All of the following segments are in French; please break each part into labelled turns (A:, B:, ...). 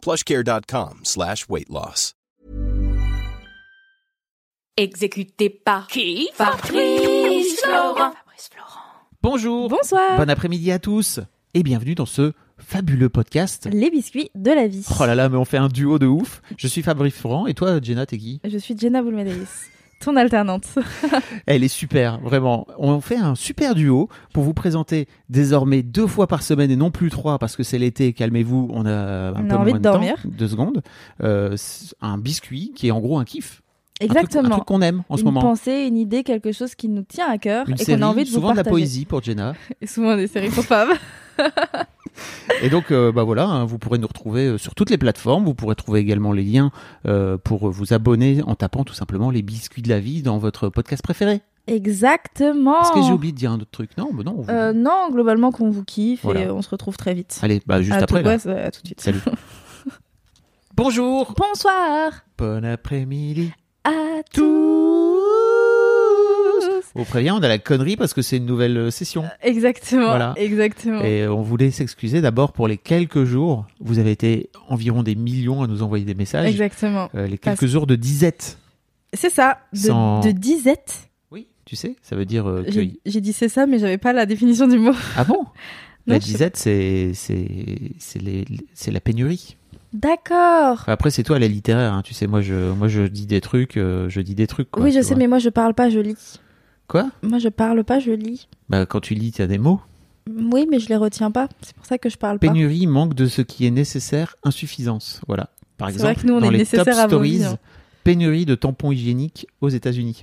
A: plushcare.com slash weight loss.
B: Exécuté par qui Fabrice Florent.
C: Bonjour.
D: Bonsoir.
C: Bon après-midi à tous. Et bienvenue dans ce fabuleux podcast.
D: Les biscuits de la vie.
C: Oh là là, mais on fait un duo de ouf. Je suis Fabrice Florent et toi, Jenna, t'es qui
D: Je suis Jenna Boulmedelis, ton alternante.
C: Elle est super, vraiment. On fait un super duo pour vous présenter désormais deux fois par semaine et non plus trois parce que c'est l'été, calmez-vous, on a un
D: On
C: peu
D: a envie
C: moins
D: de
C: temps,
D: dormir.
C: deux secondes. Euh, c'est un biscuit qui est en gros un kiff. Un truc- Un truc,
D: Exactement.
C: qu'on aime en ce
D: une
C: moment.
D: pensée, une idée, quelque chose qui nous tient à cœur
C: Une
D: et
C: série,
D: qu'on a envie de
C: souvent
D: vous
C: de la
D: partager.
C: poésie pour Jenna.
D: Et souvent des séries pour femmes.
C: Et donc, euh, bah voilà, hein, vous pourrez nous retrouver euh, sur toutes les plateformes. Vous pourrez trouver également les liens euh, pour vous abonner en tapant tout simplement les biscuits de la vie dans votre podcast préféré.
D: Exactement.
C: Est-ce que j'ai oublié de dire un autre truc Non, bah non. on vous-
D: Oh. Euh, non, globalement qu'on vous kiffe
C: Voilà.
D: et euh, on se retrouve très vite.
C: Allez, bah juste
D: à
C: après.
D: tout,
C: là.
D: ouais, ça- à tout de suite.
C: Salut. Bonjour.
D: Bonsoir
C: Bon après-midi.
D: à tous.
C: Au prévient, on a la connerie parce que c'est une nouvelle euh, session.
D: Exactement.
C: Voilà.
D: Exactement.
C: Et euh, on voulait s'excuser d'abord pour les quelques jours. Vous avez été environ des millions à nous envoyer des messages.
D: Exactement.
C: Euh, les
D: Parce-
C: quelques jours de disette.
D: C'est ça, de,
C: Sans-
D: de disette.
C: Oui. Tu sais, ça veut dire euh, que-
D: J'ai j'ai dit c'est ça, mais j'avais pas la définition du mot.
C: Ah bon
D: Non,
C: La
D: je-
C: disette, c'est c'est c'est les- c'est la pénurie.
D: D'accord.
C: Après, c'est toi la littéraire. hein. Tu sais, moi je moi je dis des trucs, euh, je dis des trucs. quoi,
D: oui, je
C: tu
D: sais,
C: vois.
D: mais moi je parle pas, je lis.
C: quoi
D: Moi je parle pas, je lis.
C: Bah quand tu lis, t'as des mots.
D: Ah. Oui, mais je les retiens pas. C'est pour ça que je parle pas.
C: Pénurie, manque de ce qui est nécessaire, insuffisance. Voilà. Par
D: C'est vrai
C: exemple,
D: que nous, on
C: dans
D: est
C: les
D: nécessaire
C: top
D: à vos
C: stories,
D: vies, hein.
C: pénurie de tampons hygiéniques aux États-Unis.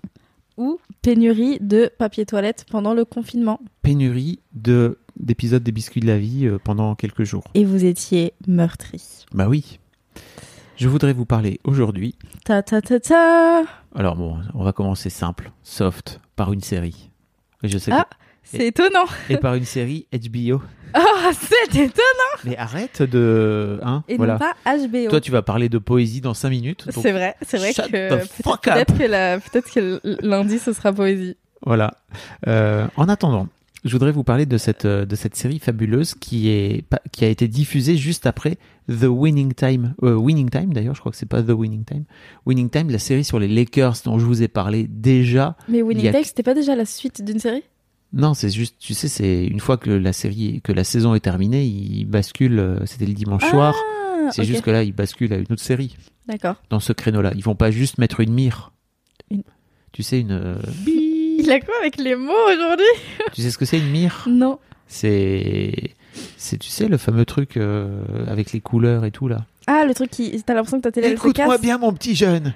D: Ou pénurie de papier toilette pendant le confinement.
C: Pénurie de d'épisodes des biscuits de la vie euh, pendant quelques jours.
D: Et vous étiez meurtri.
C: Bah oui. Je voudrais vous parler aujourd'hui.
D: Ta ta ta ta.
C: Alors bon, on va commencer simple, soft, par une série. Et je sais que
D: Ah. C'est étonnant.
C: et par une série HBO.
D: Oh, c'est étonnant.
C: Mais arrête de. Hein,
D: Et
C: voilà.
D: non pas HBO.
C: Toi, tu vas parler de poésie dans 5 minutes. donc
D: C'est vrai, c'est vrai
C: Shut
D: que
C: the fuck up.
D: peut-être que, la- peut-être que l- lundi ce sera poésie.
C: Voilà. Euh, en attendant, je voudrais vous parler de cette, euh, de cette série fabuleuse qui, est, pa- qui a été diffusée juste après The Winning Time. Euh, Winning Time, d'ailleurs, je crois que c'est pas The Winning Time. Winning Time, la série sur les Lakers dont je vous ai parlé déjà. Il
D: Mais
C: y
D: Winning
C: a-
D: Time, c'était pas déjà la suite d'une série
C: Non, c'est juste, tu sais, c'est une fois que la série, que la saison est terminée, ils basculent. euh, C'était le dimanche soir.
D: Ah,
C: C'est
D: ok.
C: juste que là, ils basculent à une autre série.
D: D'accord.
C: dans ce créneau-là. Ils vont pas juste mettre une mire.
D: Une-
C: Tu sais une, euh,
D: Il a quoi avec les mots aujourd'hui
C: tu sais ce que c'est une mire
D: Non.
C: C'est, c'est tu sais le fameux truc euh, avec les couleurs et tout là.
D: Ah, le truc qui. T'as l'impression que ta télé elle se
C: Écoute-moi
D: casse
C: bien mon petit jeune.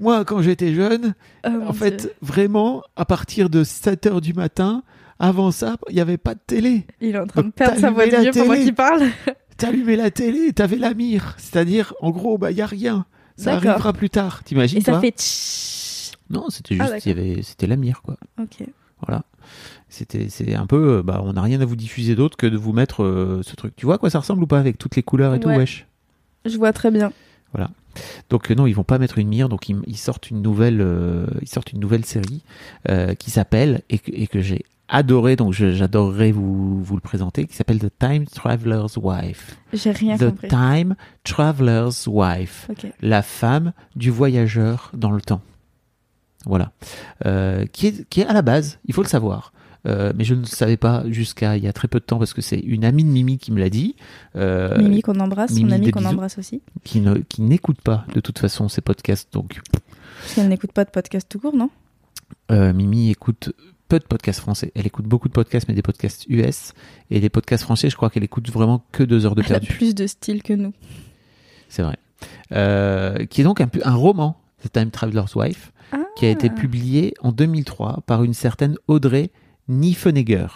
C: Moi quand j'étais jeune,
D: Oh, mon
C: en fait
D: Dieu.
C: vraiment à partir de 7 heures du matin, avant ça il y avait pas de télé.
D: Il est en train de
C: Donc,
D: perdre sa
C: t'allumais
D: voix de
C: la
D: vieux pendant
C: télé.
D: qu'il parle.
C: T'allumais la télé, t'avais la mire. C'est-à-dire en gros bah y a rien. Ça
D: D'accord.
C: arrivera plus tard, t'imagines
D: Et ça
C: toi
D: fait tch.
C: Non, c'était
D: Ah,
C: juste, il y avait, c'était la mire quoi.
D: Ok.
C: Voilà. C'était, c'est un peu, euh, bah, on n'a rien à vous diffuser d'autre que de vous mettre euh, ce truc. Tu vois à quoi ça ressemble ou pas avec toutes les couleurs et tout,
D: Ouais.
C: wesh.
D: Je vois très bien.
C: Donc euh, non, ils vont pas mettre une mire, donc ils, ils sortent une nouvelle, euh, ils sortent une nouvelle série euh, qui s'appelle et que, et que j'ai adoré, donc je- j'adorerais vous vous le présenter, qui s'appelle The Time Traveler's Wife.
D: J'ai rien
C: The
D: compris.
C: Time Traveler's Wife.
D: Ok.
C: La femme du voyageur dans le temps. Voilà. Euh, qui, est, qui est à la base, il faut le savoir. euh, mais je ne le savais pas jusqu'à il y a très peu de temps parce que c'est une amie de Mimi qui me l'a dit, euh,
D: Mimi qu'on embrasse,
C: Mimi,
D: son amie
C: des
D: qu'on
C: bisous.
D: embrasse aussi.
C: qui ne- qui n'écoute pas de toute façon ces podcasts. Donc
D: Parce qu'elle n'écoute pas de podcast tout court, non
C: euh, Mimi écoute peu de podcasts français. Elle écoute beaucoup de podcasts, mais des podcasts US et des podcasts français. Je crois qu'elle écoute vraiment que deux heures de
D: Elle a
C: perdu.
D: plus de style que nous.
C: C'est vrai. Euh, qui est donc un, peu- un roman, The Time Traveler's Wife,
D: Ah.
C: qui a été publié en 2003 par une certaine Audrey Niffenegger.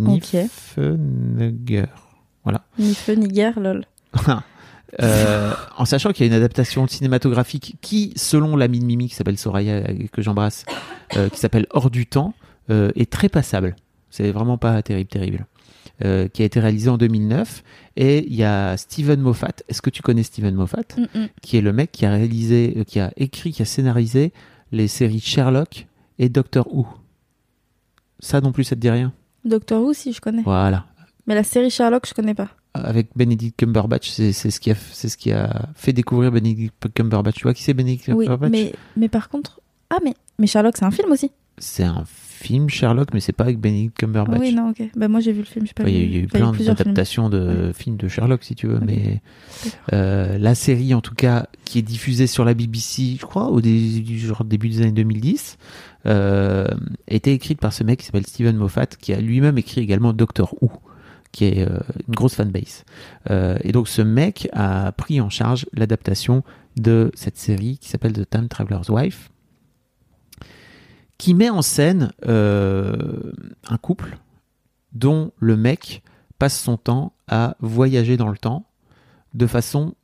D: Ok.
C: Niffenegger.
D: Ni feu ni guerre, lol.
C: euh, en sachant qu'il y a une adaptation cinématographique qui, selon l'ami de Mimi qui s'appelle Soraya et que j'embrasse, euh, qui s'appelle Hors du temps, euh, est très passable. C'est vraiment pas terrible, terrible. Euh, qui a été réalisée en 2009. Et il y a Steven Moffat. Est-ce que tu connais Steven Moffat
D: Mm, mm.
C: Qui est le mec qui a réalisé, euh, qui a écrit, qui a scénarisé les séries Sherlock et Doctor Who. Ça non plus, ça te dit rien
D: Doctor Who, si, je connais.
C: Voilà.
D: Mais la série Sherlock, je connais pas.
C: avec Benedict Cumberbatch, c'est c'est ce qui a c'est ce qui a fait découvrir Benedict Cumberbatch. Tu vois qui c'est Benedict
D: Oui,
C: Cumberbatch
D: mais, mais par contre. Ah, mais, mais Sherlock, c'est un film aussi.
C: C'est un film Sherlock, mais c'est pas avec Benedict Cumberbatch.
D: oui, non, ok. Bah, moi, j'ai vu le film, je sais pas.
C: Enfin, il y a eu- il y a eu
D: enfin,
C: plein
D: plusieurs films.
C: d'adaptations de films de Sherlock, si tu veux,
D: Ok.
C: mais euh, la série, en tout cas, qui est diffusée sur la BBC, je crois, au dé- du genre début des années 2010, euh, était écrite par ce mec qui s'appelle Steven Moffat, qui a lui-même écrit également Doctor Who, qui est euh, une grosse fanbase. Euh, et donc, ce mec a pris en charge l'adaptation de cette série qui s'appelle The Time Traveler's Wife, qui met en scène euh, un couple dont le mec passe son temps à voyager dans le temps de façon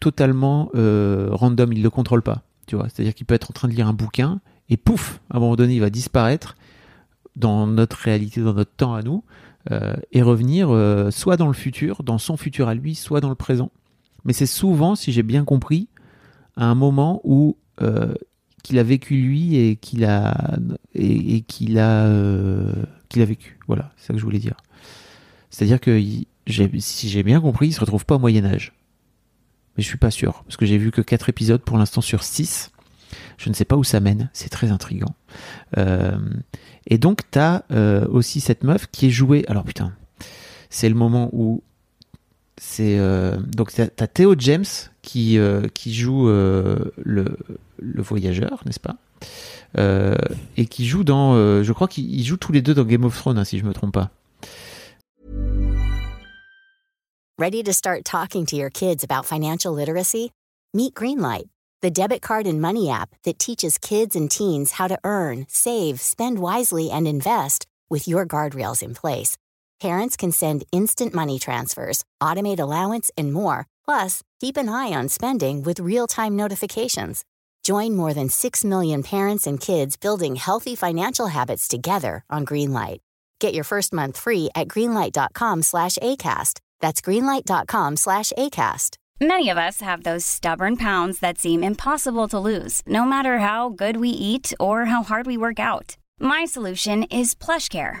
C: totalement euh, random, il ne le contrôle pas. Tu vois, c'est-à-dire qu'il peut être en train de lire un bouquin et pouf, à un moment donné, il va disparaître dans notre réalité, dans notre temps à nous, euh, et revenir euh, soit dans le futur, dans son futur à lui, soit dans le présent. Mais c'est souvent, si j'ai bien compris, à un moment où euh, qu'il a vécu lui et qu'il a et, et qu'il a euh, qu'il a vécu. Voilà, c'est ça que je voulais dire. C'est-à-dire que il- j'ai- si j'ai bien compris, il se retrouve pas au Moyen Âge. Mais je suis pas sûr parce que j'ai vu que quatre épisodes pour l'instant sur 6. Je ne sais pas où ça mène, c'est très intriguant. Euh, et donc t'as euh, aussi cette meuf qui est jouée. Alors putain, c'est le moment où c'est euh, donc t'as t'as Theo James qui euh, qui joue euh, le le voyageur, n'est-ce pas Euh, Et qui joue dans, euh, je crois qu'ils ils jouent tous les deux dans Game of Thrones, hein, si je me trompe pas.
E: Ready to start talking to your kids about financial literacy? Meet Greenlight, the debit card and money app that teaches kids and teens how to earn, save, spend wisely, and invest with your guardrails in place. Parents can send instant money transfers, automate allowance, and more. Plus, keep an eye on spending with real time notifications. Join more than 6 million parents and kids building healthy financial habits together on Greenlight. Get your first month free at greenlight.com slash ACAST. That's greenlight.com slash ACAST.
F: Many of us have those stubborn pounds that seem impossible to lose, no matter how good we eat or how hard we work out. My solution is PlushCare.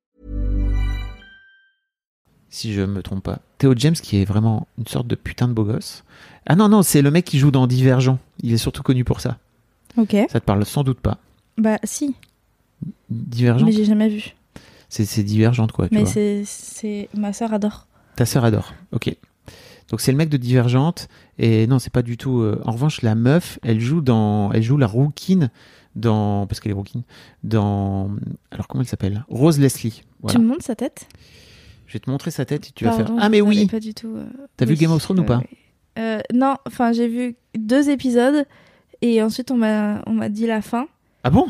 C: si je me trompe pas. Theo James, qui est vraiment une sorte de putain de beau gosse. Ah non, non, c'est le mec qui joue dans Divergent. Il est surtout connu pour ça.
D: Ok.
C: Ça te parle sans doute pas.
D: Bah, si,
C: Divergent,
D: mais j'ai jamais vu.
C: c'est c'est Divergente, quoi. Bah, Tu
D: mais
C: vois.
D: c'est- c'est. Ma sœur adore.
C: Ta sœur adore. Ok. Donc c'est le mec de Divergente et non c'est pas du tout. euh, En revanche la meuf elle joue dans elle joue la rouquine dans parce qu'elle est rouquine dans alors comment elle s'appelle Rose Leslie. Voilà.
D: Tu me montres sa tête
C: Je vais te montrer sa tête et tu vas
D: Pardon,
C: faire ah mais
D: je savais
C: oui.
D: Pas du tout. euh,
C: T'as vu
D: oui,
C: Game of Thrones ou
D: euh,
C: pas
D: oui. Euh, Non, enfin j'ai vu deux épisodes et ensuite on m'a on m'a dit la fin.
C: Ah bon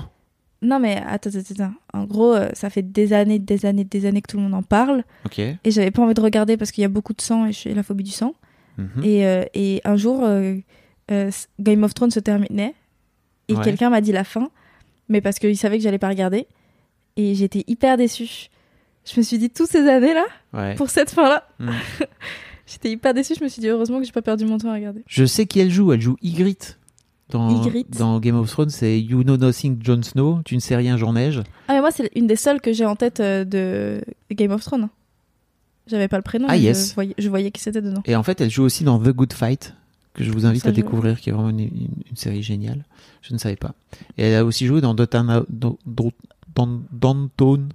D: Non mais attends, attends, attends. En gros, euh, ça fait des années, des années, des années que tout le monde en parle
C: Ok.
D: et j'avais pas envie de regarder parce qu'il y a beaucoup de sang et j'ai la phobie du sang.
C: Mhm.
D: Et, euh, et un jour, euh, euh, Game of Thrones se terminait et
C: Ouais.
D: quelqu'un m'a dit la fin, mais parce qu'il savait que j'allais pas regarder et j'étais hyper déçue. Je me suis dit toutes ces années là
C: Ouais.
D: pour cette fin là.
C: Mm.
D: J'étais hyper déçue, je me suis dit heureusement que j'ai pas perdu mon temps à regarder.
C: Je sais qui elle joue. Elle joue Ygritte dans
D: Ygritte.
C: dans Game of Thrones. C'est You Know Nothing Jon Snow. Tu ne sais rien Jean Neige.
D: Ah mais moi c'est une des seules que j'ai en tête euh, de Game of Thrones. J'avais pas le prénom,
C: Ah,
D: mais
C: yes.
D: je voyais, je voyais qui c'était dedans.
C: Et en fait, elle joue aussi dans The Good Fight, que je vous invite
D: Ça,
C: à
D: je-
C: découvrir, qui est vraiment une, une- une série géniale. Je ne savais pas. Et elle a aussi joué dans Downtown. Downtown.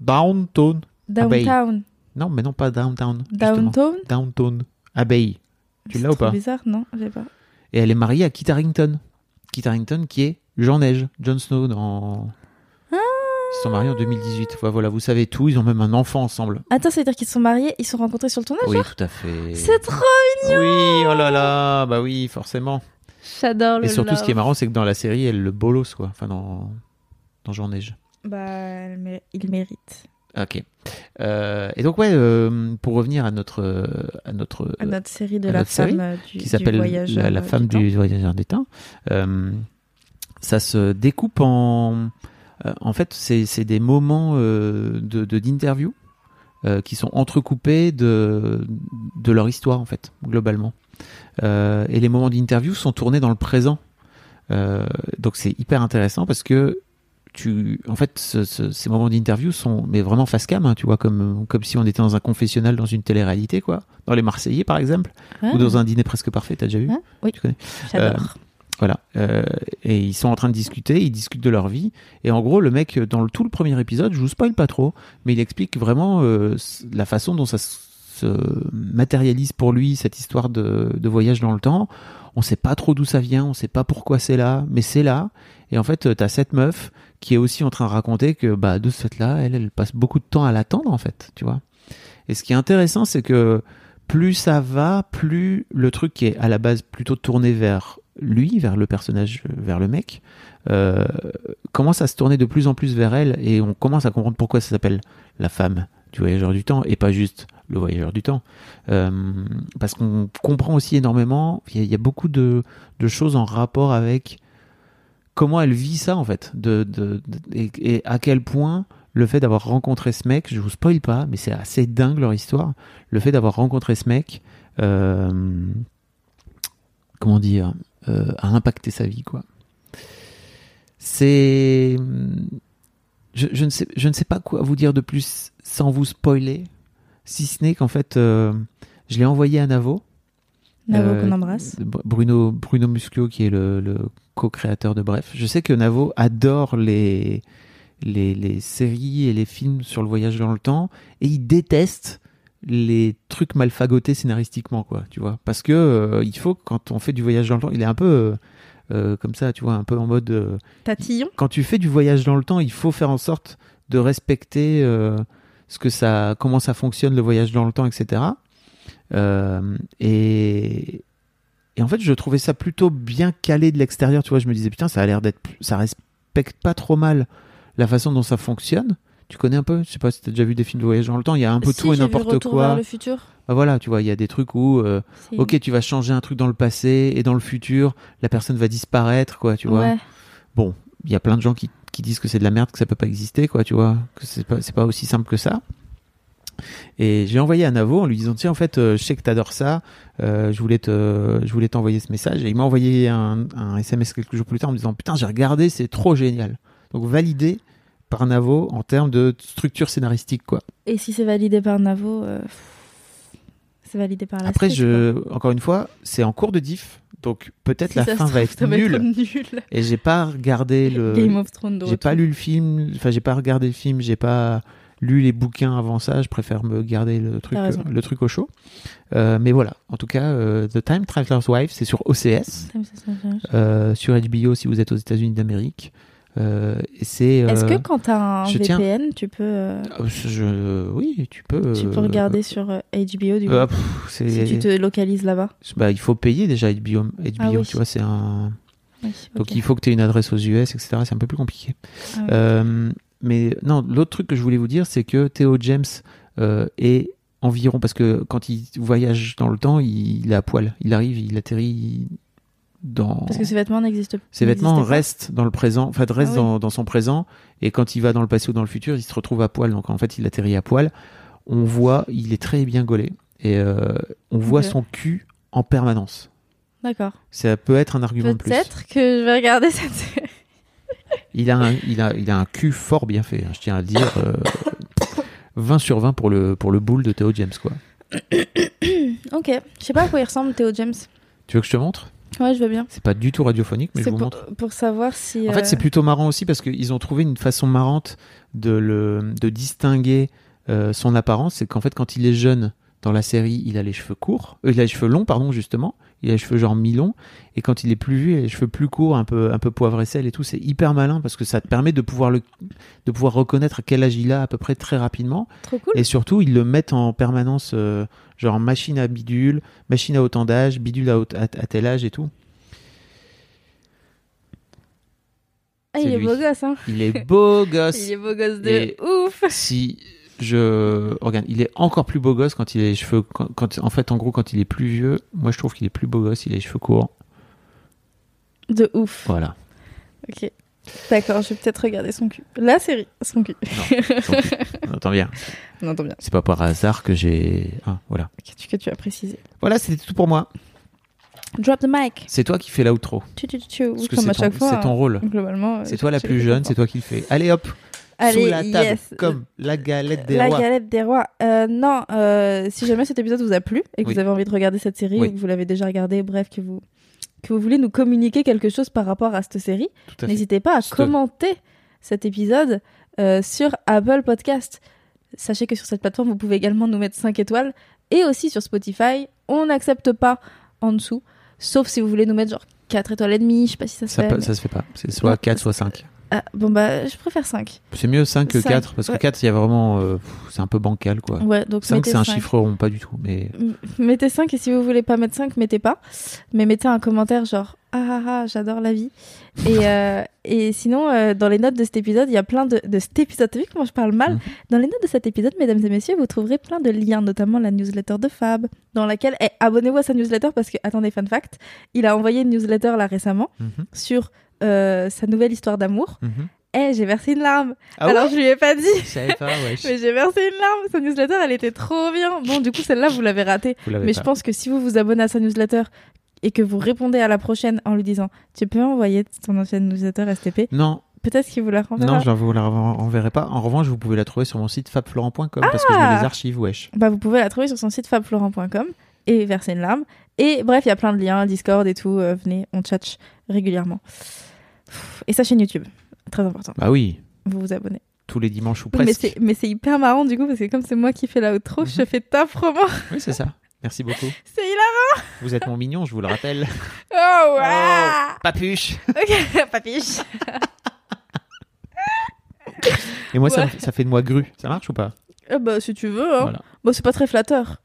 C: Downtown. Abeille.
D: Downtown,
C: Non, mais non, pas Downtown. Ah, bah justement.
D: Downtown.
C: Downtown. Abbey. Tu
D: C'est
C: l'as ou
D: trop
C: pas
D: Bizarre, non, j'ai pas.
C: Et elle est mariée à Kit Harington. Kit Harington qui est Jean Neige, Jon Snow dans. Ils se sont mariés en 2018. Ouais, voilà, vous savez tout. Ils ont même un enfant ensemble.
D: Attends, ça veut dire qu'ils se sont mariés, ils se sont rencontrés sur le tournage
C: Oui,
D: genre
C: tout à fait.
D: Ah, C'est trop
C: Oui, oh là là, bah oui, forcément.
D: J'adore le
C: Et surtout,
D: love.
C: ce qui est marrant, c'est que dans la série, elle le bolos, quoi. Enfin, dans, dans Jean Neige.
D: Bah, elle mé- il mérite.
C: Ok. Euh, et donc, ouais, euh, pour revenir à notre. euh, À notre
D: À notre série de
C: à
D: la
C: notre
D: femme
C: série,
D: euh,
C: qui
D: du, du
C: s'appelle
D: voyageur,
C: la, la
D: euh,
C: femme
D: temps.
C: du voyageur du temps. Euh, ça se découpe en. euh, en fait, c'est c'est des moments euh, de de- d'interview euh, qui sont entrecoupés de, de leur histoire, en fait, globalement. Euh, et les moments d'interview sont tournés dans le présent. Euh, donc c'est hyper intéressant parce que. Tu, en fait, ce- ce- ces moments d'interview sont mais vraiment face cam, hein, tu vois, comme, comme si on était dans un confessionnal, dans une télé-réalité, quoi. Dans les Marseillais, par exemple
D: Ah,
C: ou dans un dîner presque parfait, t'as déjà vu
D: Hein Oui.
C: Tu connais
D: J'adore.
C: Voilà. Euh, et ils sont en train de discuter, ils discutent de leur vie. Et en gros, le mec, dans le, tout le premier épisode, je vous spoil pas trop, mais il explique vraiment euh, s- la façon dont ça s- se matérialise pour lui, cette histoire de, de voyage dans le temps. On sait pas trop d'où ça vient, on sait pas pourquoi c'est là, mais c'est là. Et en fait, euh, t'as cette meuf qui est aussi en train de raconter que bah, de cette là, elle, elle passe beaucoup de temps à l'attendre, en fait, tu vois. Et ce qui est intéressant, c'est que plus ça va, plus le truc qui est à la base plutôt tourné vers lui, vers le personnage, euh, vers le mec, euh, commence à se tourner de plus en plus vers elle et on commence à comprendre pourquoi ça s'appelle la femme du voyageur du temps et pas juste le voyageur du temps. Euh, parce qu'on comprend aussi énormément, il y, a- il y a beaucoup de, de choses en rapport avec comment elle vit ça en fait de, de- de- et, et à quel point le fait d'avoir rencontré ce mec, je vous spoil pas, mais c'est assez dingue leur histoire le fait d'avoir rencontré ce mec, euh, comment dire, euh, a impacté sa vie, quoi. C'est, je, je ne sais, je ne sais pas quoi vous dire de plus sans vous spoiler, si ce n'est qu'en fait, euh, je l'ai envoyé à Navo.
D: Navo
C: Euh,
D: qu'on embrasse.
C: Br- Bruno, Bruno Muschio, qui est le, le co-créateur de Bref. Je sais que Navo adore les, les, les séries et les films sur le voyage dans le temps et il déteste les trucs mal fagotés scénaristiquement, quoi, tu vois. Parce que euh, il faut, quand on fait du voyage dans le temps, il est un peu euh, euh, comme ça, tu vois, un peu en mode. euh,
D: Tatillon
C: quand tu fais du voyage dans le temps, il faut faire en sorte de respecter euh, ce que ça, comment ça fonctionne le voyage dans le temps, etc. Euh, et, et en fait, je trouvais ça plutôt bien calé de l'extérieur. Tu vois, je me disais putain, ça a l'air d'être, plus- ça respecte pas trop mal la façon dont ça fonctionne. Tu connais un peu Je sais pas si t'as déjà vu des films de voyage dans le temps. Il y a un peu
D: Si,
C: tout et
D: j'ai vu
C: n'importe
D: Retour
C: quoi.
D: vers le futur.
C: Ah, Voilà, tu vois, il y a des trucs où euh,
D: C'est-
C: ok, tu vas changer un truc dans le passé et dans le futur, la personne va disparaître, quoi. Tu vois
D: Ouais.
C: il y a plein de gens qui, qui disent que c'est de la merde, que ça peut pas exister, quoi, tu vois, que c'est pas, c'est pas aussi simple que ça. Et j'ai envoyé à Navo en lui disant tiens en fait euh, je sais que t'adores ça, euh, je voulais te, je voulais t'envoyer ce message et il m'a envoyé un, un SMS quelques jours plus tard en me disant putain j'ai regardé c'est trop génial. Donc validé par Navo en termes de structure scénaristique quoi.
D: Et si c'est validé par Navo, euh, pff, Ah, c'est validé par la
C: Après
D: street,
C: je, encore une fois c'est en cours de diff donc peut-être
D: Si
C: la
D: ça se
C: fin va
D: trouve,
C: être
D: ça va
C: nulle
D: nul.
C: et j'ai pas regardé le
D: Game of Thrones de
C: J'ai pas
D: retour.
C: lu le film, enfin j'ai pas regardé le film, j'ai pas lu les bouquins avant ça, je préfère me garder le truc,
D: T'as raison.
C: le truc au chaud. Euh, mais voilà, en tout cas, euh, The Time Traveler's Wife, c'est sur OCS,
D: Ça me- ça me- ça me-
C: euh, sur HBO si vous êtes aux États-Unis d'Amérique. Euh, et c'est. euh,
D: Est-ce que quand t'as un
C: je tiens-
D: VPN, tu peux, euh,
C: euh, je- oui, tu peux.
D: tu peux
C: euh,
D: regarder sur euh, HBO du coup,
C: euh, pff, c'est-
D: si tu te localises là-bas
C: bah, il faut payer déjà HBO,
D: Ah oui.
C: tu vois, c'est un.
D: Oui,
C: Donc
D: ok.
C: il faut que tu aies une adresse aux US, etc. C'est un peu plus compliqué.
D: Ah ouais.
C: Euh, mais non, l'autre truc que je voulais vous dire, c'est que Theo James euh, est environ, parce que quand il voyage dans le temps, il, il est à poil. Il arrive, il atterrit dans.
D: Parce que ces vêtements n'existent
C: Ses vêtements
D: n'existaient pas.
C: restent dans le présent, enfin restent
D: Ah oui.
C: dans, dans son présent, et quand il va dans le passé ou dans le futur, il se retrouve à poil. Donc en fait, il atterrit à poil. On voit, il est très bien gaulé, et euh, on voit
D: Ok.
C: son cul en permanence.
D: D'accord.
C: Ça peut être un argument de plus.
D: Peut-être que je vais regarder cette série.
C: Il a, un, il, a, il a un cul fort bien fait, hein, je tiens à le dire. euh, 20 sur 20 pour le, pour le boule de Theo James, quoi.
D: Ok. Je sais pas à quoi il ressemble Théo James.
C: Tu veux que je te montre
D: Ouais, je veux bien.
C: C'est pas du tout radiophonique, mais je
D: C'est
C: vous
D: pour,
C: montre.
D: pour savoir si.
C: En fait,
D: euh,
C: c'est plutôt marrant aussi parce qu'ils ont trouvé une façon marrante de, le, de distinguer euh, son apparence. C'est qu'en fait, quand il est jeune dans la série, il a les cheveux courts, euh, il a les cheveux longs, pardon, justement. il a les cheveux genre mi-longs, et quand il est plus vieux, il a les cheveux plus courts, un peu, un peu poivre et sel et tout. C'est hyper malin parce que ça te permet de pouvoir, le, de pouvoir reconnaître à quel âge il a à peu près très rapidement.
D: Trop cool.
C: Et surtout, ils le mettent en permanence, euh, genre machine à bidule, machine à autant d'âge, bidule à, haute- à- à tel âge et tout.
D: Ah, il
C: c'est
D: est
C: lui.
D: beau gosse, hein.
C: Il est beau
D: Il
C: gosse.
D: est beau gosse de
C: Et-
D: ouf.
C: Si je regarde, il est encore plus beau gosse quand il a les cheveux. Quand, quand- en fait, en gros, quand il est plus vieux, moi je trouve qu'il est plus beau gosse, il a les cheveux courts.
D: De ouf.
C: Voilà.
D: Ok. D'accord, je vais peut-être regarder son cul. La série, son cul.
C: On entend bien.
D: On entend bien.
C: C'est pas par hasard que j'ai. Ah, voilà.
D: Que tu, que tu as précisé.
C: Voilà, c'était tout pour moi.
D: Drop the mic.
C: C'est toi qui fais l'outro.
D: Tu, tu, tu, tu. Oui,
C: Parce que
D: comme
C: c'est
D: à
C: ton,
D: chaque fois.
C: c'est ton
D: hein.
C: rôle.
D: Globalement. euh,
C: C'est toi la
D: j'ai-
C: plus
D: j'ai
C: jeune,
D: compris.
C: c'est toi qui le fais. Allez hop,
D: Allez,
C: sous la table,
D: yes.
C: comme la galette des
D: La
C: rois.
D: galette des rois. Euh, non, euh, si jamais cet épisode vous a plu et que
C: Oui.
D: vous avez envie de regarder cette série
C: Oui.
D: ou que vous l'avez déjà regardée, bref, que vous, que vous voulez nous communiquer quelque chose par rapport à cette série,
C: Tout à fait.
D: n'hésitez pas à
C: Ste-
D: commenter cet épisode euh, sur Apple Podcast. Sachez que sur cette plateforme, vous pouvez également nous mettre 5 étoiles et aussi sur Spotify. On n'accepte pas en dessous, sauf si vous voulez nous mettre genre 4 étoiles et demie, je sais pas si ça se
C: Ça,
D: fait.
C: peut-
D: mais-
C: ça se fait pas. C'est soit
D: Non,
C: 4, soit 5.
D: Ah, bon bah, je préfère 5.
C: C'est mieux 5 que
D: Cinq,
C: 4, parce que
D: ouais.
C: 4, il y a vraiment. euh, pff, c'est un peu bancal, quoi.
D: Ouais, donc
C: 5,
D: mettez
C: c'est un
D: 5.
C: chiffre rond, pas du tout. Mais
D: M- Mettez 5 et si vous voulez pas mettre 5, mettez pas. Mais mettez un commentaire genre ah ah ah, j'adore la vie. Et, euh, et sinon, euh, dans les notes de cet épisode, il y a plein de, de cet épisode. T'as vu comment je parle mal
C: Mhm.
D: Dans les notes de cet épisode, mesdames et messieurs, vous trouverez plein de liens, notamment la newsletter de Fab, dans laquelle. eh, abonnez-vous à sa newsletter parce que, attendez, fun fact, il a envoyé une newsletter là récemment
C: Mhm,
D: sur euh, sa nouvelle histoire d'amour.
C: mhm.
D: Eh, j'ai versé une larme
C: Ah
D: Alors je lui ai pas dit
C: Je savais pas, ouais.
D: mais j'ai versé une larme, sa newsletter elle était trop bien. Bon, du coup, celle-là, vous l'avez ratée.
C: Vous l'avez
D: Mais
C: pas.
D: je pense que si vous vous abonnez à sa newsletter et que vous répondez à la prochaine en lui disant Tu peux envoyer ton ancienne newsletter STP,
C: Non,
D: peut-être qu'il vous la renverra.
C: non, je vous la re- renverrai pas. En revanche, vous pouvez la trouver sur mon site fabflorent.com parce que je mets les archives, wesh.
D: Bah, vous pouvez la trouver sur son site fabflorent.com et verser une larme. Et bref, il y a plein de liens, Discord et tout. euh, venez, on tchatche régulièrement. Pff, Et sa chaîne YouTube, très important.
C: Bah oui,
D: Vous vous abonnez.
C: tous les dimanches ou
D: Oui, Mais
C: presque.
D: c'est- mais c'est hyper marrant du coup, parce que comme c'est moi qui fais la outro,
C: Mhm.
D: je fais ta promo.
C: oui, c'est ça. Merci beaucoup.
D: C'est hilarant.
C: Vous êtes mon mignon, je vous le rappelle.
D: Oh, ouais
C: Papuche.
D: Ok, papiche.
C: Et moi, ça,
D: Ouais.
C: me- ça fait de moi grue. Ça marche ou pas
D: Eh bah, si tu veux, hein.
C: Voilà.
D: Bon, c'est pas très flatteur.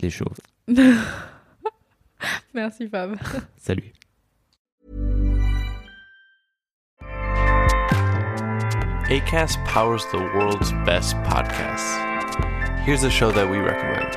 C: Les choses.
D: Merci Fab.
C: Salut.
G: ACAST powers the world's best podcasts. Here's a show that we recommend.